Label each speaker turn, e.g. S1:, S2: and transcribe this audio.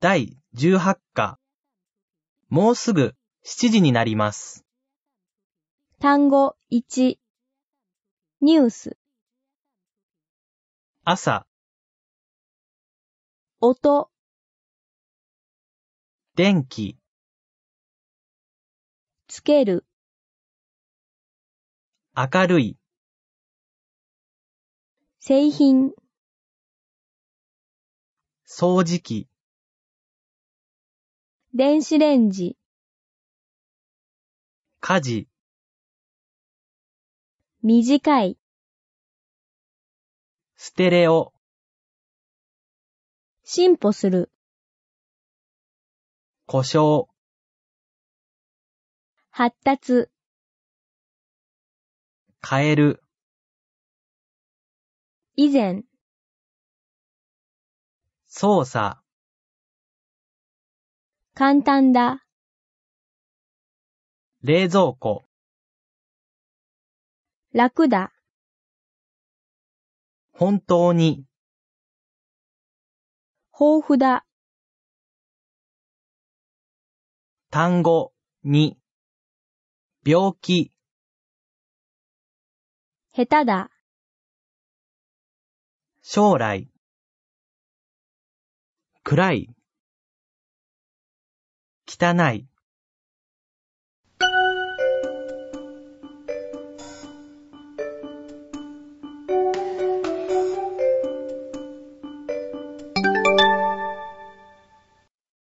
S1: 第18課。もうすぐ7時になります。
S2: 単語1、ニュース、
S1: 朝、
S2: 音、
S1: 電気、
S2: つける、
S1: 明るい、
S2: 製品、
S1: 掃除機、
S2: 電子レンジ、
S1: 家事、
S2: 短い、
S1: ステレオ、
S2: 進歩する、
S1: 故障、
S2: 発達、
S1: 変える、
S2: 以前、
S1: 操作、
S2: 簡単だ、
S1: 冷蔵庫、
S2: 楽だ、
S1: 本当に、
S2: 豊富だ、
S1: 単語、に、病気、
S2: 下手だ、
S1: 将来、暗い、汚い、